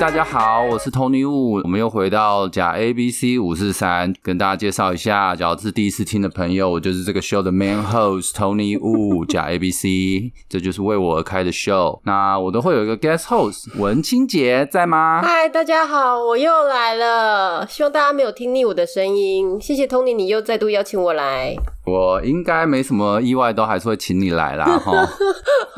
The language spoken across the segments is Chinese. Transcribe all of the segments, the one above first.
大家好，我是 Tony Wu，我们又回到假 ABC 五四三，跟大家介绍一下。假如是第一次听的朋友，我就是这个 show 的 main host Tony Wu，假 ABC，这就是为我而开的 show。那我都会有一个 guest host 文清姐在吗？嗨，大家好，我又来了，希望大家没有听腻我的声音。谢谢 Tony，你又再度邀请我来， 我应该没什么意外，都还是会请你来啦， 哈。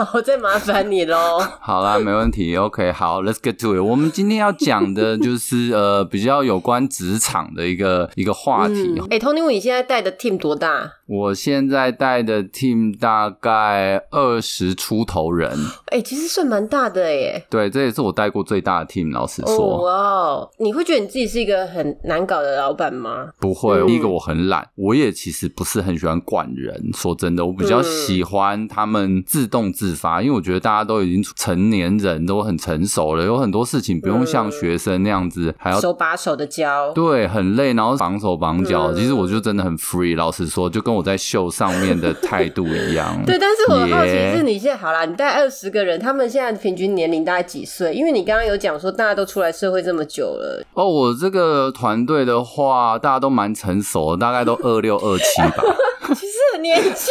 好，再麻烦你喽。 好啦，没问题。OK，好，Let's get to it。我们今天要讲的就是呃，比较有关职场的一个一个话题。哎、t o n y 你现在带的 team 多大？我现在带的 team 大概二十出头 人，哎、其实算蛮大的耶。对，这也是我带过最大的 team。老实哦说，哇哦，你会觉得你自己是一个很难搞的老板吗？不会。嗯第一个我很懒，我也其实不是很喜欢管人。说真的，我比较嗯喜欢他们自动自发，因为我觉得大家都已经成年人，都很成熟了，有很多事情不用像嗯学生那样子还要手把手的教。对，很累，然后绑手绑脚。嗯。其实我就真的很 free，老实说，就跟我在秀上面的态度一样 对，但是我好奇也是你现在好啦，你带二十个人，他们现在平均年龄大概几岁？因为你刚刚有讲说大家都出来社会这么久了，哦，我这个团队的话，大家都蛮成熟的，大概都二六二七吧， 其实很年轻，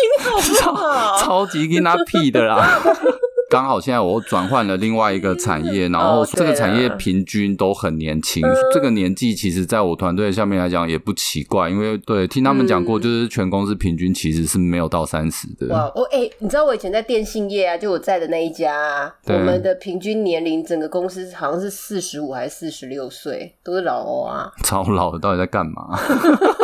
好不 好？超级跟他屁的 啦。刚好现在我又转换了另外一个产业，然后哦嗯这个对产业啦平均都很年轻，这个年纪其实在我团队下面来讲也不奇怪，因为对听他们讲过，嗯就是全公司平均其实是没有到三十的。哇，我哎、你知道我以前在电信业啊，就我在的那一家、啊，对我们的平均年龄，整个公司好像是四十五还是四十六岁，都是老欧啊，超老的到底在干嘛？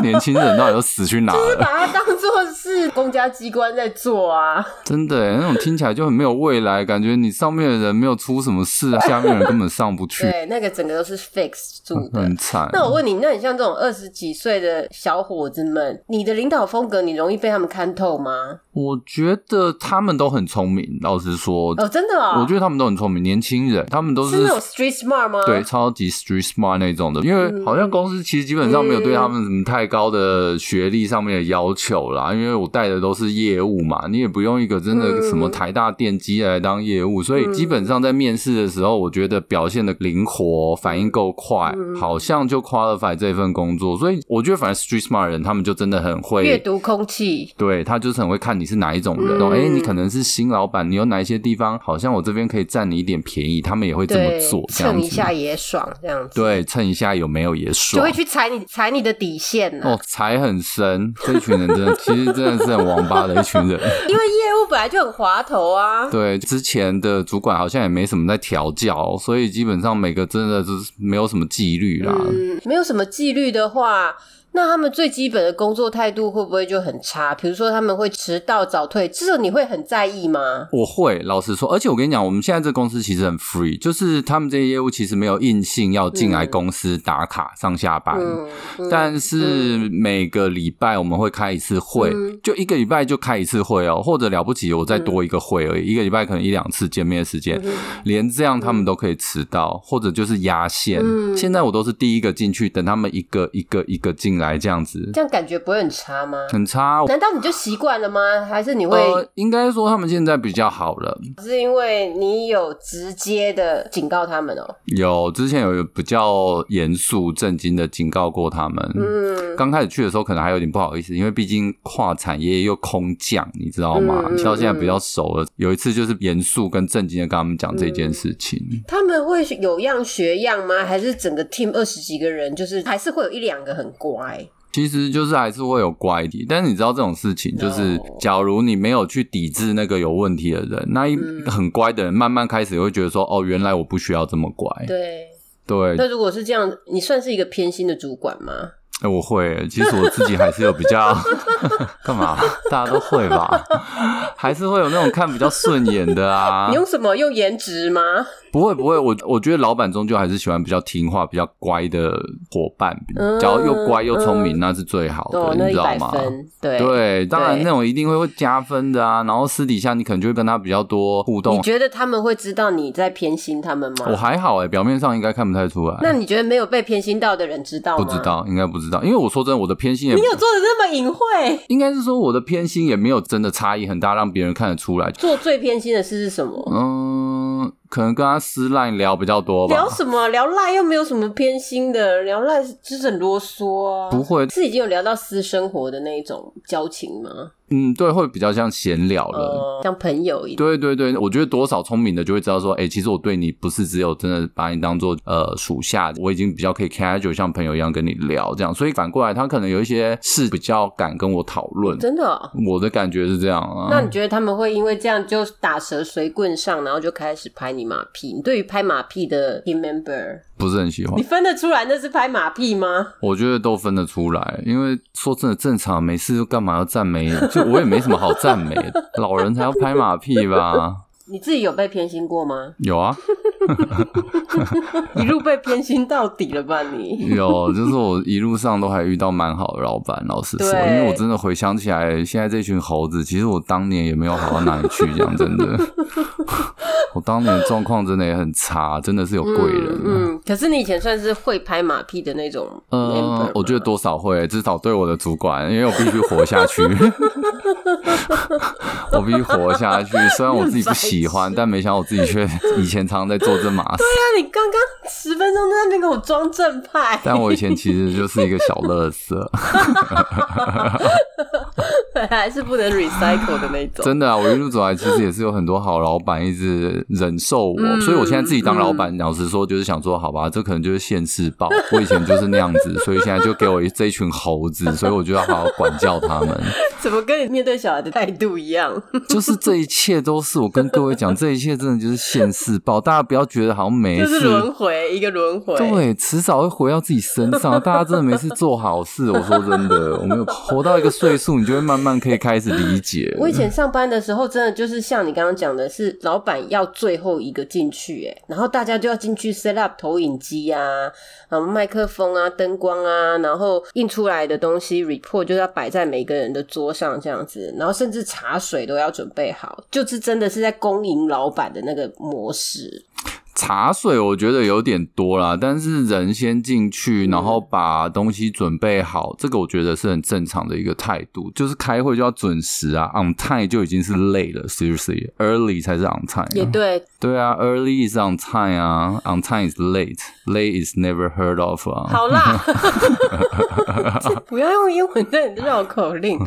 年轻人到底都死去哪就是了？把它当做是公家机关在做啊。真的耶，那种听起来就很没有未来，感觉你上面的人没有出什么事，下面的人根本上不去，对，那个整个都是 fix 住的。很惨。那我问你，那你像这种二十几岁的小伙子们，你的领导风格，你容易被他们看透吗？我觉得他们都很聪明，老实说，哦，真的啊、我觉得他们都很聪明，年轻人他们都是那种 street smart 吗？对，超级 street smart 那种的，因嗯为好像公司其实基本上没有对他们什么太高的学历上面的要求啦，因为我带的都是业务嘛，你也不用一个真的什嗯么台大电机来当业务，所以基本上在面试的时候，我觉得表现的灵活，反应够快，嗯好像就 qualify 这份工作，所以我觉得反正 street smart 的人他们就真的很会阅读空气。对他就是很会看你是哪一种人，嗯懂？哎、你可能是新老板，你有哪一些地方好像我这边可以占你一点便宜，他们也会这么对做，，这样蹭子。一下也爽，这样子。对，蹭一下有没有也就爽会。去踩你踩你的底线啊呢、哦，踩很深，这群人真的，其实真的是很王八的一群人。因为业务本来就很滑头啊。对，之前的主管好像也没什么在调教，所以基本上每个真的就是没有什么纪律啦。嗯，没有什么纪律的话，那他们最基本的工作态度会不会就很差？比如说他们会迟到、早退，这种你会很在意吗？我会老实说，而且我跟你讲，我们现在这公司其实很 free，就是他们这些业务其实没有硬性要进来嗯公司打卡、上下班。嗯，嗯但是每个礼拜我们会开一次会，嗯就一个礼拜就开一次会哦，或者了不起我再多一个会而已，一个礼拜可能一两次见面的时间，嗯连这样他们都可以迟到，或者就是压线。嗯现在我都是第一个进去，等他们一个一个一个进来这样子，这样感觉不会很差吗？很差。哦难道你就习惯了吗？还是你会、呃，应该说他们现在比较好了。是因为你有直接的警告他们哦、有之前有比较严肃、震惊的警告过他们。嗯，刚开始去的时候可能还有点不好意思，因为毕竟跨产业又空降，你知道吗？嗯嗯到现在比较熟了，有一次就是严肃跟正经的跟他们讲这件事情。他们会有样学样吗？还是整个 team 二十几个人，就是还是会有一两个很乖？其实就是还是会有乖的，但是你知道这种事情，就是哦假如你没有去抵制那个有问题的人，那一嗯很乖的人慢慢开始也会觉得说，哦，原来我不需要这么乖。对，对，那如果是这样，你算是一个偏心的主管吗？哎我会，其实我自己还是有比 较干嘛，大家都会吧，还是会有那种看比较顺眼的啊。你用什么？用颜值吗？不会不会，我我觉得老板终究还是喜欢比较听话、比较乖的伙伴，嗯只要又乖又聪明，那是最好的，哦，你那知一道百吗？分，对。对，当然那种一定会会加分的啊。然后私底下你可能就会跟他比较多互你动。觉得他们会知道你在偏心他们我吗？还好哎、表面上应该看不太出那来，你觉得没有被偏心到的人知道不吗？知。道，应该不知道，因为我说真的，我的偏心也你有做的那么隐晦？应该是说嗯我的偏心也没有真的差异很大，让别人看得出来。做最偏心的事是什么？嗯，可能跟他私赖聊比较多吧。聊什么？啊聊赖又没有什么偏心的，聊赖就是很啰嗦啊。不会是已经有聊到私生活的那一种交情吗？嗯，对，会比较像闲聊了。呃，像朋友一样。对对对，我觉得多少聪明的就会知道说，哎、其实我对你不是只有真的把你当做呃属下，我已经比较可以 casual 像朋友一样跟你聊这样，所以反过来他可能有一些事比较敢跟我讨论，真的哦、我的感觉是这样那啊。你觉得他们会因为这样就打蛇随棍上，然后就开始拍你马屁？你对于拍马屁的 team member，不是很喜欢你，分得出来那是拍马屁吗？我觉得都分得出来，因为说真的，正常没事就干嘛要赞美？就我也没什么好赞美， 老人才要拍马屁吧？？你自己有被偏心过吗有啊， 一路被偏心到底了吧 你？有，就是我一路上都还遇到蛮好的老板，老实说，对因为我真的回想起来，现在这群猴子，其实我当年也没有好到哪里去，讲真 的， 我当年的状况真的也很差，真的是有贵人、啊。嗯嗯，可是你以前算是会拍马屁的那种 member，吗、呃，我觉得多少会，至少对我的主管，因为我必须活下 去，我必须活下去。虽然我自己不喜 欢，但没想到我自己却以前常常在做这码事。那你刚刚十分钟在那边给我装正 派，但我以前其实就是一个小乐色，还是不能 recycle 的那种。真的啊！我一路走来，其实也是有很多好老板一直忍受我，嗯所以我现在自己当老板，老实说，就是想说，好吧，这可能就是现世报。我以前就是那样子，所以现在就给我一这一群猴子，所以我就要好好管教他们。怎么跟你面对小孩的态度一样？就是这一切都是我跟各位讲，这一切真的就是现世报，大家不要觉得好像没 就是事轮。回，一个轮回。对，迟早会回到自己身上。大家真的没事做好事，我说真的，我们有活到一个岁数，你就会慢慢可以开始理解。我以前上班的时候，真的就是像你刚刚讲的，是老板要最后一个进去，哎，然后大家就要进去 set up 投影机啊，然后麦克风啊、灯光啊，然后印出来的东西 report 就要摆在每个人的桌上这样子，然后甚至茶水都要准备好，就是真的是在恭迎老板的那个模式。茶水我觉得有点多啦，但是人先进去，嗯然后把东西准备好，这个我觉得是很正常的一个态度。就是开会就要准时啊，on time 就已经是累了，seriously，early 才是 on time 啊、也对，对啊，early is on time 啊，on time is late，late is never heard of 啊。好 啦，这不要用英文在你的绕口 令。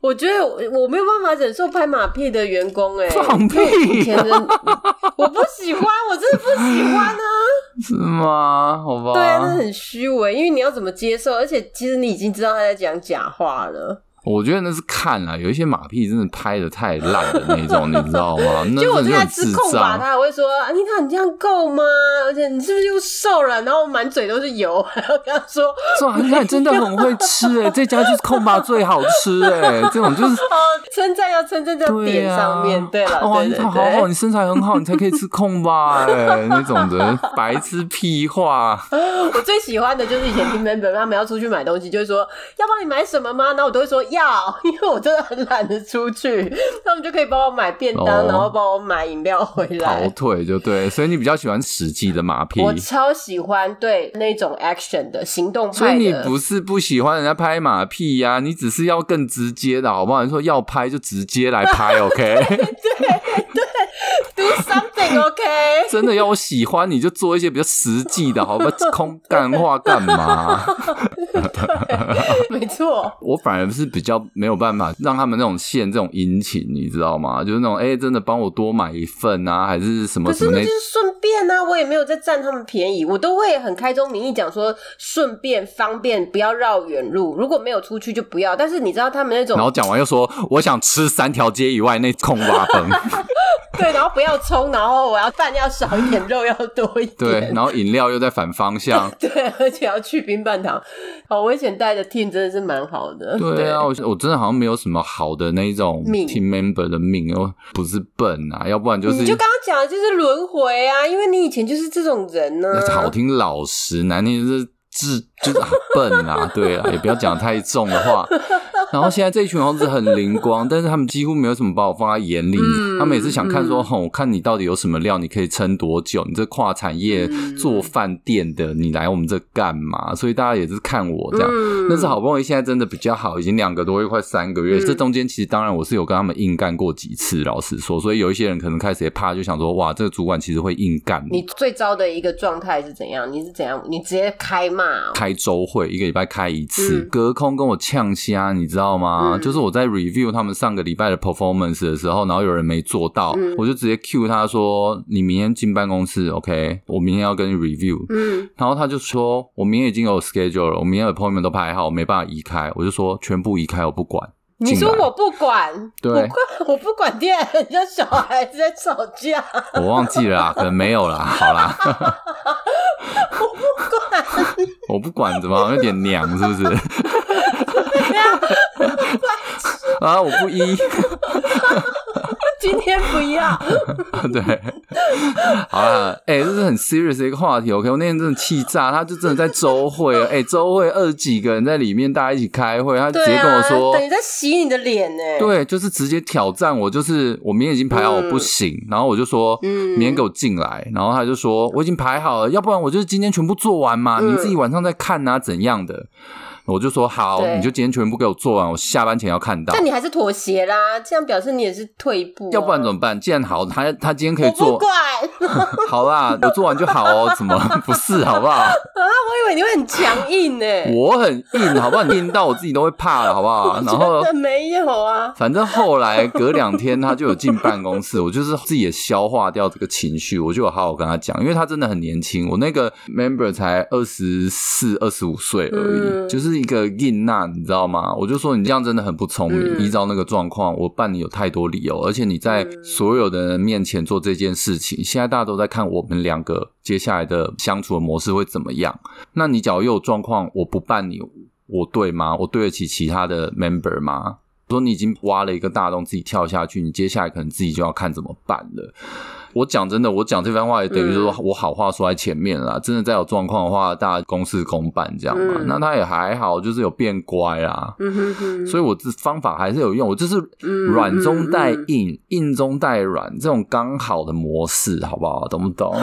我觉得我我没有办法忍受拍马屁的员工哎、放屁因为以前人我不喜欢，我真的不喜欢啊！ 是吗？好吧。对啊，那很虚伪，因为你要怎么接受？而且其实你已经知道他在讲假话了。我觉得那是看啊，有一些马屁真的拍的太烂的那种，你知道吗？那 就我真的正在很吃智空吧，障。他还会说：“啊，你看你这样够吗？而且你是不是又瘦了？”然后我满嘴都是油， 然后跟他说：“哦哇，你看真的很会吃哎、这家就是空吧最好吃哎、这种就是哦，称赞要称赞在对点啊，上面。”对了，哇，对你对好好，对你。身材很好，你才可以吃空吧哎、 那种的白痴屁话。我最喜欢的就是以前听 member 他们要出去买东西，就会说要帮你买什么吗？然后我都会说要，因为我真的很懒得出去，他们就可以帮我买便当，哦然后帮我买饮料回跑来。腿就对，所以你比较喜欢实际的马屁。我超喜欢对那种 action 的行动所以派你的，不是不喜欢人家拍马屁呀、你只是要更直接的好不好？你说要拍就直接来拍，OK？ do something OK。 真的要我喜欢你就做一些比较实际的，好吧？空干话干嘛？没错，我反而是比较没有办法让他们那种献这种殷勤，你知道吗？就是那种哎、真的帮我多买一份啊，还是什么可什是么那那就是顺便啊，我也没有在占他们便宜，我都会很开宗明义讲说顺便方便，不要绕远路。如果没有出去就不要，但是你知道他们那种然后讲完又说我想吃三条街以外那空挖 崩， 对，然后不要冲，然后我要饭要少一点，肉要多一点。 对，然后饮料又在反方向，对而且要去冰棒糖。哦，我以前带的 team 真的是蛮好的。对啊，我我真的好像没有什么好的那一种命 team member 的命，又不是笨啊，要不然就是你就刚刚讲的就是轮回啊，因为你以前就是这种人啊呢、好听老实，难听就是智就是啊笨啊，对啊，也不要讲太重的话，然后现在这一群猴子很灵光，但是他们几乎没有什么把我放在眼里。嗯他们也是想看说，嗯吼、我看你到底有什么料，你可以撑多久？你这跨产业嗯做饭店的，你来我们这干嘛？所以大家也是看我这样。嗯，但是好不容易现在真的比较好，已经两个多月快三个月。嗯这中间其实当然我是有跟他们硬干过几次，老实说，所以有一些人可能开始也怕，就想说哇，这个主管其实会硬干你最糟的一个状态是怎样？你是怎样？你直接开骂哦、开周会，一个礼拜开一次，嗯隔空跟我呛虾，你知道吗？嗯就是我在 review 他们上个礼拜的 performance 的时候，然后有人没做到，嗯我就直接 cue 他说：“你明天进办公室，OK？我明天要跟你 review。嗯，然后他就说：“我明天已经有 schedule 了，我明天 appointment 都排好，我没办法移开。”我就说：“全部移开，我不管。”你说我不管，对我管我不 管，天，人家小孩子在吵 架，我忘记了啦，啊可能没有啦。好 啦， 我不管，我不管，怎么好像有点娘，是不 是？ 啊，我不依，今天不要，啊对，好啦，哎、这是很 serious 的一个话题。OK，我那天真的气炸，他就真的在周会，哎、周会二十几个人在里面，大家一起开会，他直 对接跟啊我，说，等于在洗你的脸呢、，对，啊就是直接挑战我，就是我明天已经排好，我嗯不行。然后我就说，嗯明天给我进来。然后他就说，我已经排好了，要不然我就是今天全部做完嘛，嗯你自己晚上再看啊，怎样的？我就说好，对你就今天全部给我做完，我下班前要看到但。你还是妥协啦，这样表示你也是退一步啊、要不然怎么办？既然好，他他今天可以我不做，管 啊！好啦，我做完就好哦。怎么 不是？好不好？我以为你会很强硬呢、我很硬，好不好？硬到我自己都会怕了，好不 好？然后真的没有啊。反正后来隔两天他就有进办公室，我就是自己也消化掉这个情绪，我就有好好跟他讲，因为他真的很年轻，我那个 member 才二十四、二十五岁而已，嗯就是一个硬娜，你知道吗？我就说你这样真的很不聪明，嗯依照那个状况，我办你有太多理由，而且你在嗯所有的人面前做这件事情，现在大家都在看我们两个接下来的相处的模式会怎么样。那你假如又有状况，我不办你，我对吗？我对得起其他的 member 吗？说你已经挖了一个大洞，自己跳下去，你接下来可能自己就要看怎么办了。我讲真的，我讲这番话也等于说嗯我好话说在前面啦。真的再有状况的话，大家公事公办这样嘛。嗯那他也还好，就是有变乖啦。嗯哼哼，所以我这方法还是有用，我就是嗯软中带嗯嗯硬，硬中带软，这种刚好的模式，好不好？懂不懂？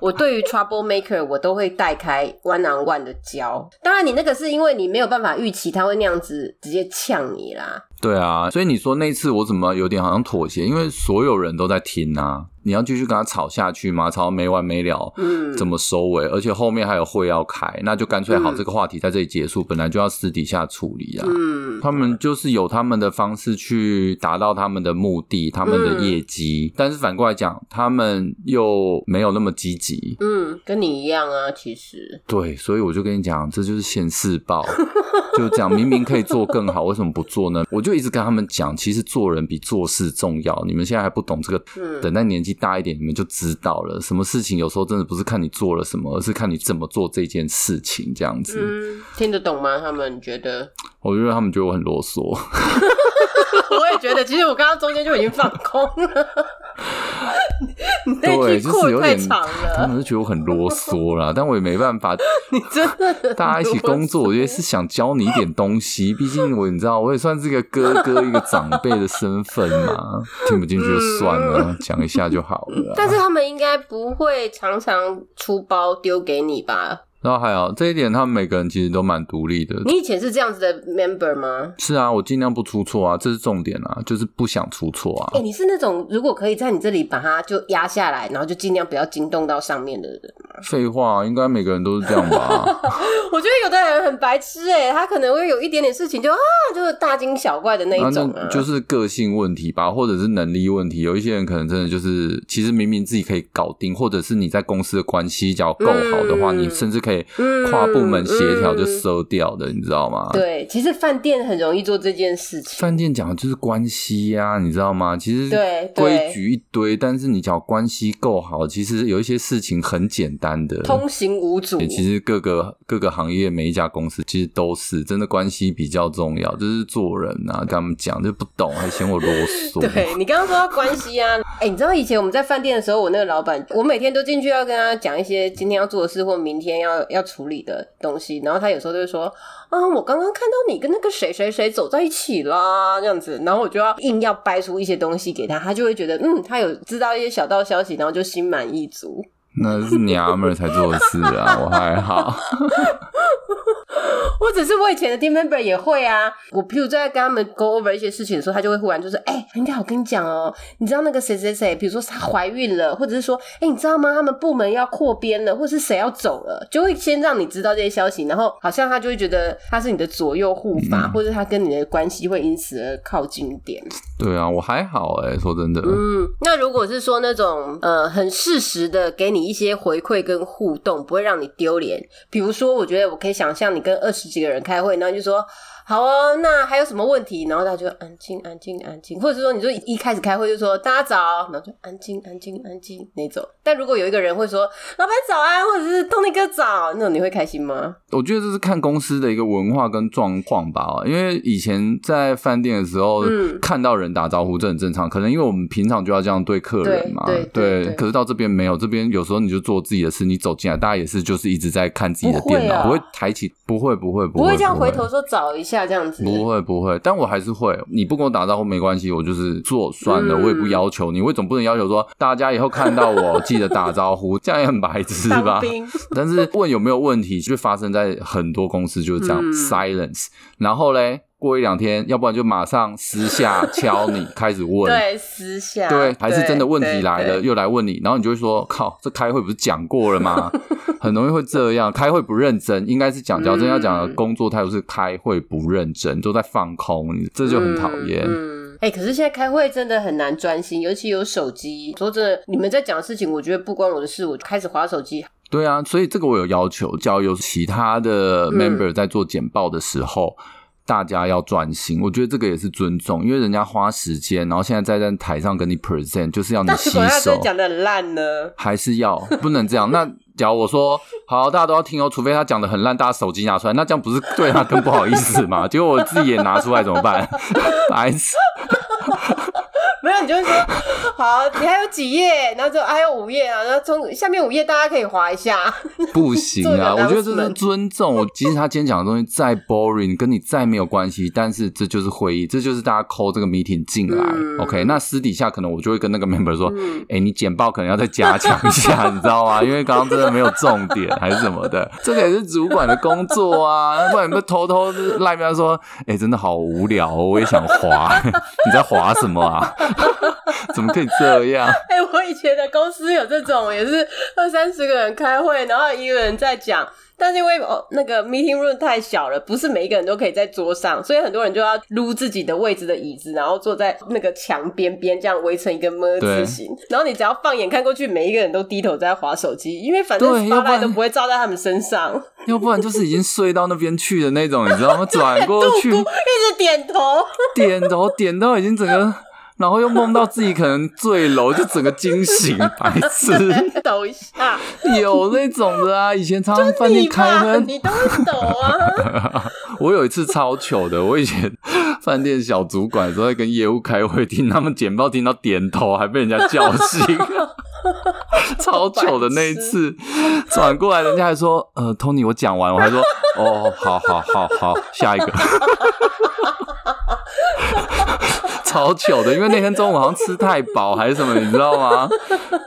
我对于 trouble maker 我都会带开 one on one 的教。当然，你那个是因为你没有办法预期他会那样子直接呛你啦。对啊，所以你说那次我怎么有点好像妥协？因为所有人都在听啊，你要继续跟他吵下去吗？吵到没完没了，嗯，怎么收尾？而且后面还有会要开，那就干脆好，嗯这个话题在这里结束，本来就要私底下处理啊。嗯，他们就是有他们的方式去达到他们的目的，他们嗯的业绩。但是反过来讲，他们又没有那么积极。嗯，跟你一样啊，其实对，所以我就跟你讲，这就是现世报，就这样，明明可以做更好，为什么不做呢？我就一直跟他们讲，其实做人比做事重要。你们现在还不懂这个，嗯等待年纪大一点，你们就知道了。什么事情有时候真的不是看你做了什么，而是看你怎么做这件事情，这样子。嗯，听得懂吗？他们你觉得？我觉得他们觉得我很啰嗦。 我也觉得，其实我刚刚中间就已经放空 了。你那对，句就库是有太点，长他了，们就觉得我很啰嗦啦，但我也没办法。 你真的很 大家一起工作，我觉得是想教你一点东西，毕竟我你知道，我也算是个哥哥，一个长辈的身份 嘛，听不进去就算了，讲一下就好了啊。 但是他们应该不会常常出包丢给你吧？然后还有这一点，他们每个人其实都蛮独立的。你以前是这样子的 member 吗？是啊，我尽量不出错啊，这是重点啊，就是不想出错啊哎、。你是那种如果可以在你这里把它就压下来，然后就尽量不要惊动到上面的人。废话，应该每个人都是这样吧？ 我觉得有的人很白痴哎、他可能会有一点点事情就啊，就是大惊小怪的 那啊一种、啊那就是个性问题吧，或者是能力问题。有一些人可能真的就是，其实明明自己可以搞定，或者是你在公司的关系只要够好的话，嗯你甚至可以嗯跨部门协调就嗯收掉的，你知道吗？。对，其实饭店很容易做这件事啊情。饭店讲的就是关系呀、你知道吗？其实对对规矩一堆，但是你讲关系够好，其实有一些事情很简单的，通行无阻也。其实各个各个行业每一家公司其实都是真的关系比较重要，就是做人啊，跟他们讲就不懂，还嫌我啰嗦。 对你刚刚说到关 系啊，哎、你知道以前我们在饭店的时候，我那个老板，我每天都进去要跟他讲一些今天要做的事或明天要要处理的东西，然后他有时候就会说，啊，我刚刚看到你跟那个谁谁谁走在一起啦，这样子，然后我就要硬要掰出一些东西给他，他就会觉得，嗯，他有知道一些小道消息，然后就心满意足。那是娘们儿才做的事啊，我还好。 或者是我以前的 team member 也会啊，我譬如在跟他们 go over 一些事情的时候，他就会忽然就说：“哎、欸，大，我跟你讲哦，你知道那个谁谁谁，比如说她怀孕了，或者是说，哎、你知道吗？他们部门要扩编了，或是谁要走了，就会先让你知道这些消息，然后好像他就会觉得他是你的左右护法，或者他跟你的关系会因此而靠近一点。对啊，我还好哎、说真的，嗯，那如果是说那种呃很适时的给你一些回馈跟互动，不会让你丢脸。比如说，我觉得我可以想象你跟二十几个人开会，然后就说。好哦，那还有什么问题？然后大家就嗯安静、安静、安静，或者是说，你就一开始开会就说大家早，然后就安静、安静、安静那种。但如果有一个人会说老板早安，或者是通力哥早，啊那种你会开心吗？我觉得这是看公司的一个文化跟状况吧，因为以前在饭店的时候，嗯看到人打招呼这很正常，可能因为我们平常就要这样对客人嘛，对对对可是到这边没有，这边有时候你就做自己的事，你走进来，大家也是就是一直在看自己的电脑，不不会啊会抬起，不会不会不不会，会这样回头说早一下这样子，不会不会，但我还是会。你不跟我打招呼没关系，我就是做算了，嗯我也不要求你。我也总不能要求说大家以后看到我记得打招呼， 这样也很白痴当吧？兵，但是问有没有问题，就发生在很多公司就是这样、嗯 silence。然后嘞，过一两天，要不然就马上私下敲 你，开始问。对私下对，还是真的问题来了，对又来问你，然后你就会说：“靠，这开会不是讲过了吗？”很容易会这样，开会不认真，应该是讲，假如真要讲的嗯工作态度是开会不认真，都在放空，你这就很讨厌。嗯，哎、可是现在开会真的很难专心，尤其有手机。说真的，你们在讲的事情，我觉得不关我的事，我就开始划手机。对啊，所以这个我有要求，只要有其他的 member 在做简报的时候。大家要专心，我觉得这个也是尊重，因为人家花时间，然后现在在在台上跟你 present，就是要你但吸是管他收真的。讲的很烂呢，还是要不能这样。那假如我说好，大家都要听哦，除非他讲的很烂，大家手机拿出来，那这样不是对他更不好意思吗？ 结果我自己也拿出来怎么办？ 白痴！没有你就会说 好，你还有几页，然后就还有五页啊，然后从下面五页大家可以划一下。不行啊！ 做一个我觉得这是 announcement 尊重。我即使他今天讲的东西再 boring，跟你再没有关系，但是这就是会议，这就是大家 call 这个 meeting 进来。嗯 OK，那私底下可能我就会跟那个 member 说：“嗯哎、你简报可能要再加强一 下，你知道吗？因为刚刚真的没有重点，还是什么的。这个也是主管的工作啊，不然你们偷偷赖边说，哎、真的好无聊、哦，我也想滑。 你在滑什么啊？ 怎么可以这样？ 哎、我以前的公司有这种，也是二三十个人开会，然后一个人在讲，但是因为哦那个 meeting room 太小了，不是每一个人都可以在桌上，所以很多人就要撸自己的位置的椅子，然后坐在那个墙边边，这样围成一个么字对形。然后你只要放眼看过去，每一个人都低头在划手机，因为反正对 s 要 p 不然 o 都不会照在他们 身上，要不然就是已经睡到那边去的那种，你知道吗？转过度 去咕一直点头。点头点到已经整个， 然后又梦到自己可能坠楼，就整个惊醒，白痴。 抖一下，有那种的啊，以前常常饭你店开吧，分，你都会抖 啊！我有一次超糗的，我以前饭店小主管的时候在跟业务开会，听他们简报听到点头，还被人家叫醒，超糗的那一次。转过来，人家还说：“呃，Tony，我讲完。”我还说：“哦，好好好好，下一个。” 超糗的，因为那天中午好像吃太饱还是什么，你知道吗？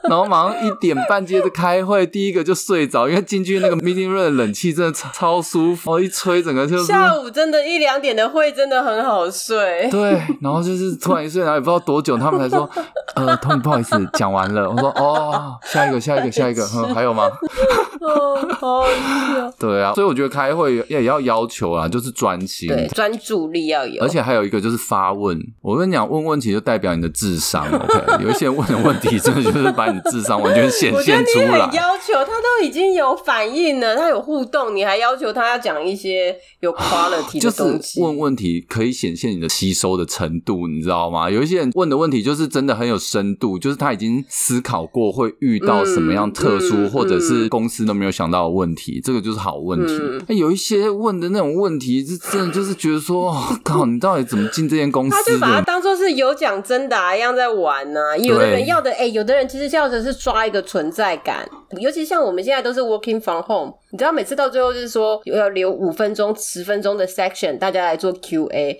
然后马上一点半接着开会，第一个就睡着，因为进去那个 meeting room 的冷气真的超超舒服，一吹整个就是下午真的一两点的会真的很好睡。对，然后就是突然一睡，然后也不知道多久，他们才 说，呃，t o m 不好意思，讲完了。我说，哦，下一个， 下一个，下一个，嗯，还有吗？ 哦，好笑。对啊，所以我觉得开会也要要求啊，就是专心，对，专注力要有，而且还有一个就是发问。我跟你讲，问问题就代表你的智商。OK，有一些人问的问题真的就是把你智商完全显 我觉得现出你很来。要求他都已经有反应了，他有互动，你还要求他要讲一些有 quality 啊就的是东西。问问题可以显现你的吸收的程度，你知道吗？有一些人问的问题就是真的很有深度，就是他已经思考过会遇到什么样特殊、嗯嗯或者是公司都没有想到的问题，这个就是好问题。嗯那有一些问的那种问题，是真的就是觉得说，哦、靠，你到底怎么进这间公他就司把它的？当做是有奖真答一样在玩呢、有的人对要的，哎、有的人其实要的是抓一个存在感，尤其像我们现在都是 working from home，你知道每次到最后就是说要留五分钟、十分钟的 section，大家来做 Q&A。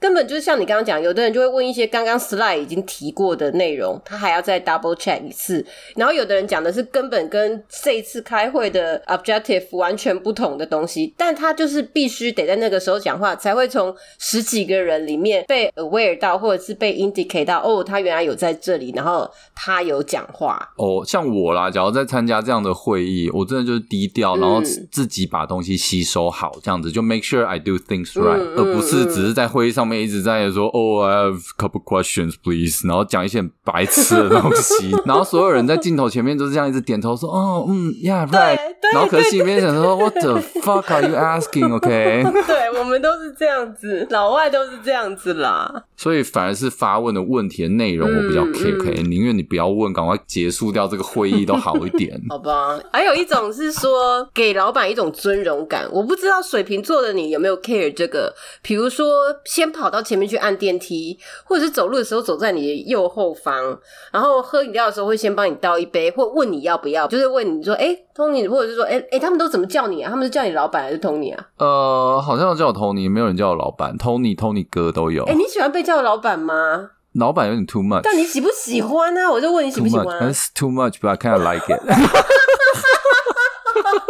根本就是像你刚刚讲，有的人就会问一些刚刚 slide 已经提过的内容，他还要再 double check 一次。然后有的人讲的是根本跟这一次开会的 objective 完全不同的东西，但他就是必须得在那个时候讲话，才会从十几个人里面被 aware 到，或者是被 indicate 到，哦，他原来有在这里，然后他有讲话。哦，像我啦，假如在参加这样的会议，我真的就是低调，嗯然后自己把东西吸收好，这样子就 make sure I do things right，、嗯嗯而不是只是在会议上面一直在说哦、i have a couple questions please，然后讲一些很白痴的东 西，然后所有人在镜头前面都是这样一直点头说哦嗯 yeah 对 right，对然后可是心里面想说 what the fuck are you asking？OK，、对，我们都是这样子，老外都是这样子啦。所以反而是发问的问题的内容我比较嗯 care，嗯欸宁愿、你不要问，赶快结束掉这个会议都好一点。好吧，还有一种是说给老板一种尊荣感。我不知道水瓶座的你有没有 care 这个，比如说先跑到前面去按电梯，或者是走路的时候走在你的右后方，然后喝饮料的时候会先帮你倒一杯，或问你要不要，就是问你说，哎、t o n y 或者是说，哎、哎、他们都怎么叫你啊？他们是叫你老板还是 Tony 啊？呃，好像有叫我 Tony，没有人叫我老板，Tony、Tony 哥都有。哎、你喜欢被叫老板吗？老板有点 too much，但你喜不喜欢啊？我就问你喜 too 不喜 much，欢啊、但 是 too much，but I kind of like it。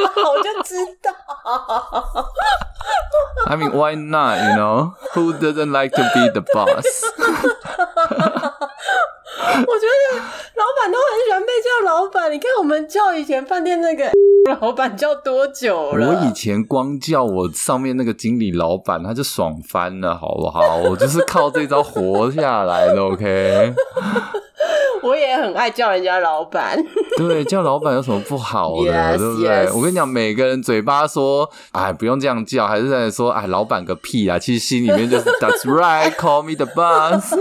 我就知道。 I mean why not? You know who doesn't like to be the boss？我觉得老板都很喜欢被叫老板。你看我们叫以前饭店那个 老板叫多久了？我以前光叫我上面那个经理老板，他就爽翻了，好不好？我就是靠这招活下来的。OK， 我也很爱叫人家老板。 对，叫老板有什么不好的 Yes, 对不对 yes 我跟你讲，每个人嘴巴说哎不用这样叫，还是在说哎老板个屁啊，其实心里面就是 That's right, call me the boss。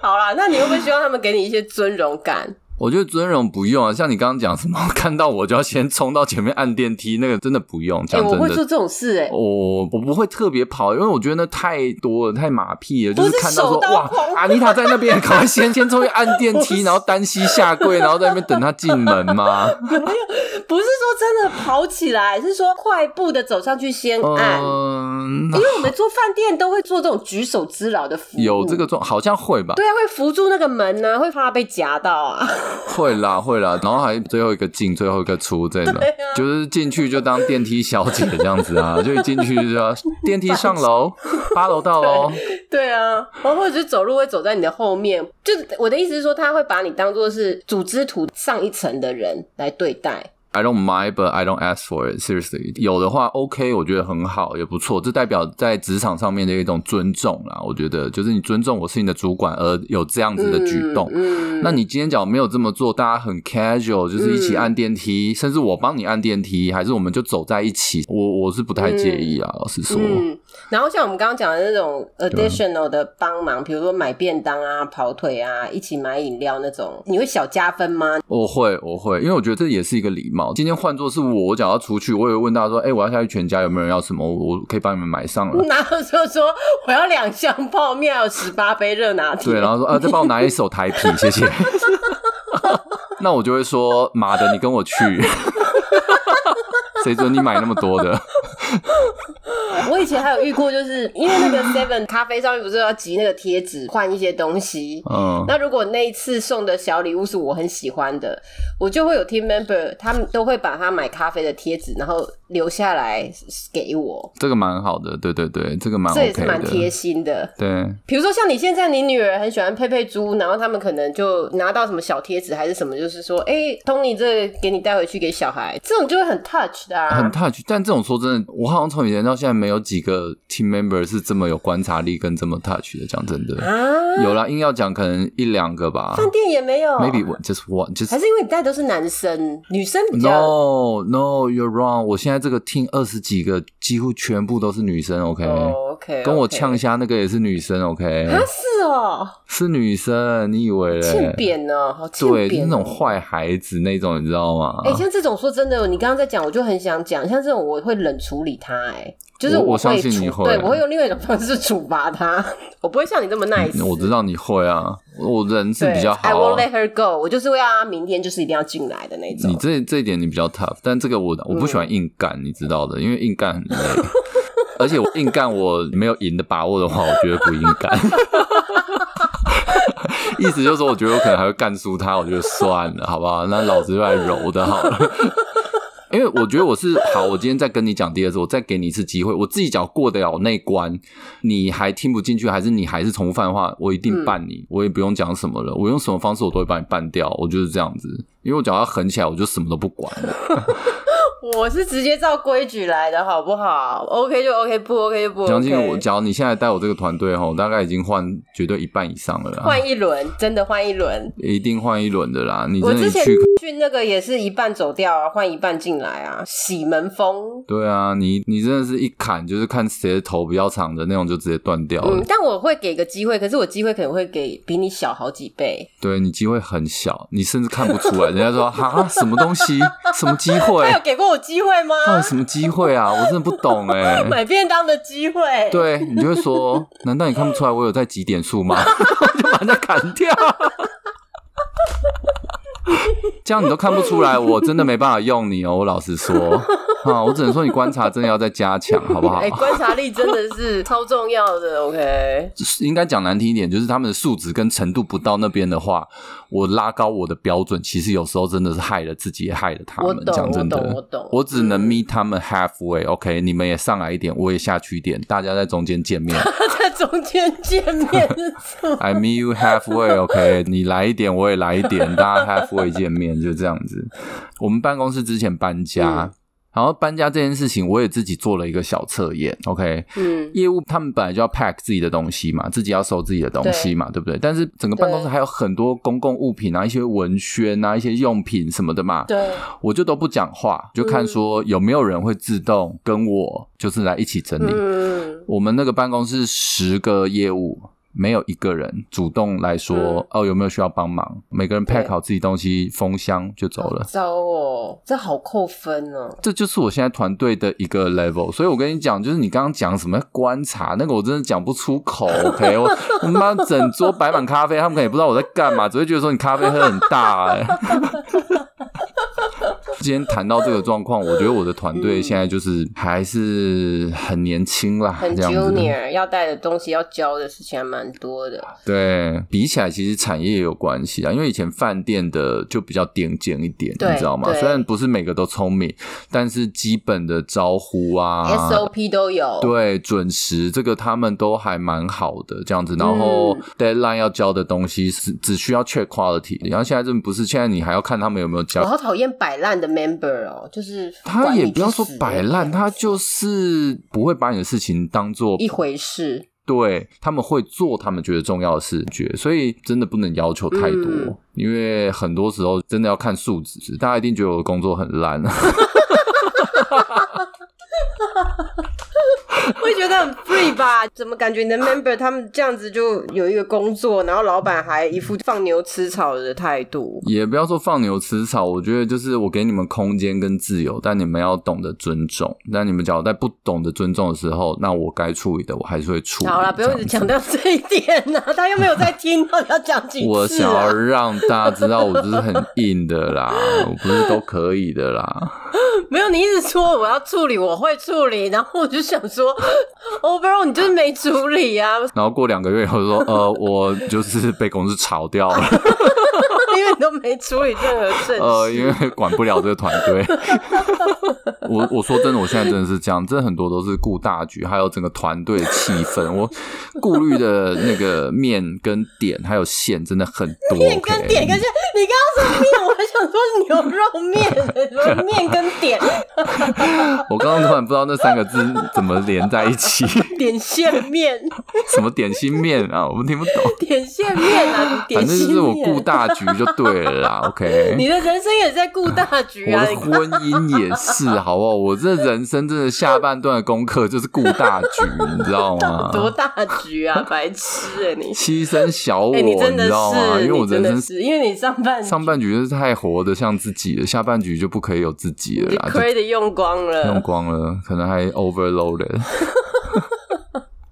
好啦，那你会不会希望他们给你一些尊荣感？我觉得尊荣不用啊，像你刚刚讲什么， 看到我就要先冲到前面按电梯，那个真的不用。哎、讲我真会做的，哦这种事哎、我我不会特别跑，因为我觉得那太多了，太马屁了。就不是看到手说刀哇狂，阿妮塔在那 边，赶快先先冲去按电不梯，是然后单膝下跪，然后在那边等他进门 吗？不是说真的跑起来，是说快步的走上去先按。嗯，因为我们做饭店都会做这种举手之劳的服务，有这个状，好像会吧？对啊，会扶住那个门呢、啊，会怕被夹到啊。会啦，会啦，然后还最后一个进，最后一个出，这样的对啊就是进去就当电梯小姐这样子啊，就一进去就 要电梯上楼，八楼到哦喽。对啊，然后或者是走路会走在你的后面，就是我的意思是说，他会把你当做是组织图上一层的人来对待。 I don't mind, but I don't ask for it. Seriously，有的话 OK，我觉得很好，也不错。这代表在职场上面的一种尊重啦。我觉得就是你尊重我是你的主管，而有这样子的举动。嗯，嗯那你今天假如没有这么做，大家很 casual，就是一起嗯按电梯，甚至我帮你按电梯，还是我们就走在一起，我我是不太介意啊。老实说，啊嗯，然后像我们刚刚讲的那种 additional 的帮忙，比如说买便当啊、跑腿啊、一起买饮料那种，你会小加分吗？我会，我会，因为我觉得这也是一个礼貌。今天换作是我，我想要出去，我也会问大家说：“哎、我要下去全家，有没有人要什么？我我可以帮你们买上来。然后就说我要两箱泡面，还有十八杯热拿 铁。对，然后说：“呃，再帮我拿一手台啤，谢 谢。”那我就会说：“妈的，你跟我去， 谁准你买那么多的？我以前还有遇过，就是因为那个 Seven 咖啡上面不是要集那个贴纸换一些东西，嗯，那如果那一次送的小礼物是我很喜欢的，我就会有 team member，他们都会把他买咖啡的贴纸，然后留下来给我，这个蛮好的，对对对，这个蛮这也 OK 是蛮贴的，心的。对，比如说像你现在，你女儿很喜欢佩佩猪，然后他们可能就拿到什么小贴纸还是什么，就是说，哎、t o n y 这个给你带回去给小孩，这种就会很 touch 的啊很。touch。但这种说真的，我好像从以前到现在没有几个 team member 是这么有观察力跟这么 touch 的。讲真的，啊，有啦，硬要讲可能一两个吧饭店也没有，maybe one, just one, just 哦还是因为你带都是男生，女生比较 No, no, you're wrong。我现在这个 team 二十几个，几乎全部都是女生，OK？、哦 OK，跟我 OK 呛虾那个也是女生，OK？啊，是哦，是女生，你以为欠嘞？扁哦，好欠对，就是扁、哦，那种。坏孩子那种，你知道吗？哎、像这种说真的，你刚刚在讲，我就很想讲，像这种我会冷处理他、哎，就是我我会相信处你会对我会用另外一种方式处罚他， 我不会像你这么 nice。嗯我知道你会啊，我人是对比较 I 好、 won't 啊 let。her go，我就是会让他明天就是一定要进来的那种你。这这一点你比较 tough，但这个我我不喜欢硬干，你知道的，因为硬干很累， 而且我硬干我没有赢的把握的话，我觉得不应该。 意思就是说，我觉得我可能还会干输他，我觉得算了，好不好？那老子就来揉的好了。 因为我觉得我是好，我今天再跟你讲第二次，我再给你一次机会，我自己只要过得了那一关，你还听不进去，还是你还是重复犯的话，我一定办你，我也不用讲什么了，我用什么方式我都会把你办掉，我就是这样子，因为我只要狠起来，我就什么都不管了。 我是直接照规矩来的，好不好？OK 就 OK，不 OK 就不相信 OK。我，假如你现在带我这个团队吼，大概已经换绝对一半以上了啦，换一轮，真的换一轮。一定换一轮的啦。你我真的之前去，去那个也是一半走掉啊，换一半进来啊，洗门风。对啊，你你真的是一砍就是看谁的头比较长的那种，就直接断掉了。嗯，但我会给个机会，可是我机会可能会给比你小好几倍。对你机会很小，你甚至看不出来。人家说哈什么东西，什么机 会他，有给过我机会吗？到底什么机会啊？我真的不懂哎、买便当的机会，，对你就会说，难道你看不出来我有在几点数吗？ 我就把人家砍掉。 这样你都看不出来，我真的没办法用你哦。我老实说， 啊，我只能说你观察真的要再加强，好不好哎、？观察力真的是超重要 的。OK，应该讲难听一点，就是他们的素质跟程度不到那边的话，我拉高我的标准，其实有时候真的是害了自己，也害了他我们。懂，讲我真的，懂，我懂。我只能嗯 meet 他们 halfway。OK，你们也上来一点，我也下去一点，大家在中间见面。 在中间见 面是什么 I meet you halfway。OK，你 来一点，我也来一点，大家 halfway 见面，就这样子。我们办公室之前搬家。嗯然后搬家这件事情，我也自己做了一个小测验。OK，嗯，业务他们本来就要 pack 自己的东西嘛，自己要收自己的东西嘛，对不对？但是整个办公室对还有很多公共物品啊，一些文宣啊，一些用品什么的嘛。对，嗯我就都不讲话，就看说有没有人会自动跟我就是来一起整理。嗯，我们那个办公室十个业务，没有一个人主动来说、嗯哦有没有需要帮忙，每个人对 pack 好自己东西，封箱就走了。糟哦，这好扣分哦。这就是我现在团队的一个 level，所以我跟你讲，就是你刚刚讲什么观察，那个我真的讲不出口。OK，我 我妈整桌摆满咖啡，他们可能也不知道我在干嘛，只会觉得说你咖啡喝很大、 欸。今天谈到这个状况，我觉得我的团队现在就是还是很年轻啦，很这样子。 junior 要带的东西要教的事情还蛮多的，对，比起来其实产业也有关系啊，因为以前饭店的就比较顶尖一点，对你知道吗？对虽然不是每个都聪明，但是基本的招呼啊 SOP 都有。对，准时这个他们都还蛮好的这样子，然后嗯 deadline 要交的东西是只需要 check quality，然后现在这不是现在你还要看他们有没有我交，好讨厌摆烂的 member 哦，就是他哦管也你不要去说死欸摆烂，他就是不会把你的事情当做一回 事。对，他们会做他们觉得重要的事觉，所以真的不能要求太多，嗯因为很多时候真的要看素质。大家一定觉得我的工作很烂， 会觉得很 free 吧？怎么感觉你的 member 他们这样子就有一个工作，然后老板还一副放牛吃草的态度？也不要说放牛吃草。我觉得就是我给你们空间跟自由，但你们要懂得尊重。那你们只要在不懂得尊重的时候，那我该处理的我还是会处理。好啦，不用一直强。调这一点呐、 他又没有在听，到底要讲几我次想要 啊？让大家知道，我就是很硬的啦，我不是都可以的啦。没有，你一直说我要处理，我会处理，然后我就想说，overall 你就是没处理啊， 然后过两个月以后说，呃，我就是被公司炒掉了。因为你都没处理任何正事。呃，因 为管不了这个团队。我我说真的，我现在真的是这样，真的很多都是顾大局，还有整个团队气氛，我顾虑的那个面跟点还有线真的很多。面跟点跟线，你刚刚说面，我还想说牛肉面，什么面跟点，我刚刚突然不知道那三个字怎么连在一起， 点线面，什么点心面啊，我们听不懂。 点线面啊，你点反正就心是我面。顾大局就对了啦，OK。你的人生也在顾大局我啊！的你看婚姻也是，好不好？我这人生真的下半段的功课就是顾大局，你知道 吗？多大局啊，白痴哎、你！牺牲小我，哎、你真的知道吗？是，因为我你真人生的是，因为你上半上半局就是太活得像自己了，下半局就不可以有自己了你啦，啊就 credit 用光用了。光了，可能还 overloaded。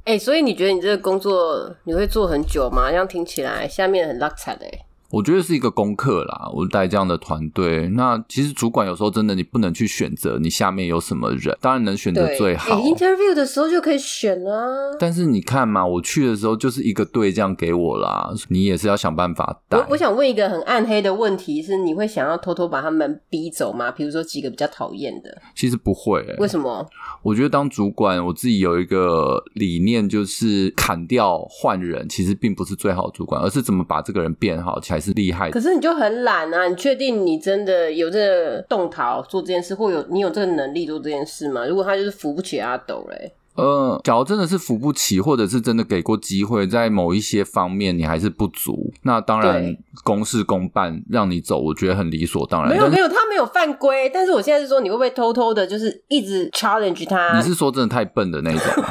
哎、所以你觉得你这个工作你会做很久吗？这样听起来下面很 l u c k 的、欸。我觉得是一个功课啦。我带这样的团队，那其实主管有时候真的你不能去选择你下面有什么人，当然能选择对，最哎好。 interview 的时候就可以选啊。但是你看嘛，我去的时候就是一个队这样给我啦，你也是要想办法带我。我想问一个很暗黑的问题是，你会想要偷偷把他们逼走吗？比如说几个比较讨厌的，其实不会、欸为什么？我觉得当主管，我自己有一个理念，就是砍掉换人，其实并不是最好的主管，而是怎么把这个人变好才是厉害的可是你就很懒啊！你确定你真的有这个动逃做这件事，或有你有这个能力做这件事吗？如果他就是扶不起阿斗嘞，呃，假如真的是扶不起，或者是真的给过机会，在某一些方面你还是不足，那当然对公事公办，让你走，我觉得很理所当然。没有但没是有，他没有犯规。但是我现在是说，你会不会偷偷的，就是一直 challenge 他你是说真的太笨的那 一种吗？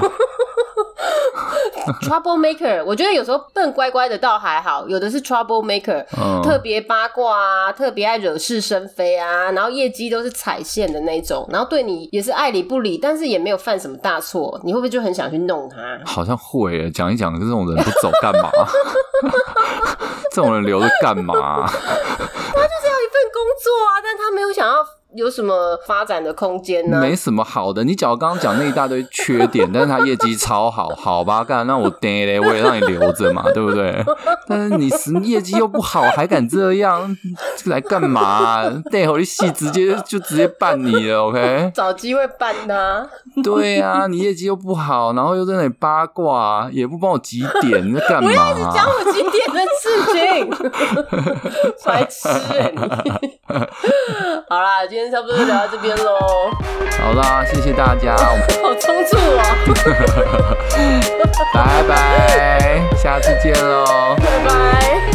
trouble maker？我觉得有时候笨乖乖的倒还好，有的是 trouble maker，、嗯，特别八卦啊，特别爱惹是生非啊，然后业绩都是踩线的那种，然后对你也是爱理不理，但是也没有犯什么大错，你会不会就很想去弄他？好像会耶讲一讲，这种人不走干嘛？ 这种人留着干嘛？一份工作啊，但他没有想要有什么发展的空间呢、没什么好的。你只要刚刚讲那一大堆缺点，但是他业绩超好，好吧，干那我爹嘞，我也让你留着嘛，对不对？但是你是业绩又不好，还敢这样来干嘛、啊？带回戏直接就直接办你了，OK？找机会办他，对啊，你业绩又不好，然后又在那里八卦，也不帮我几点，你在干嘛、讲我几点的事情，白痴、欸、你！好啦，今天差不多就聊到这边喽，好啦，谢谢大家，我们好冲突哦，拜拜，下次见喽。拜拜。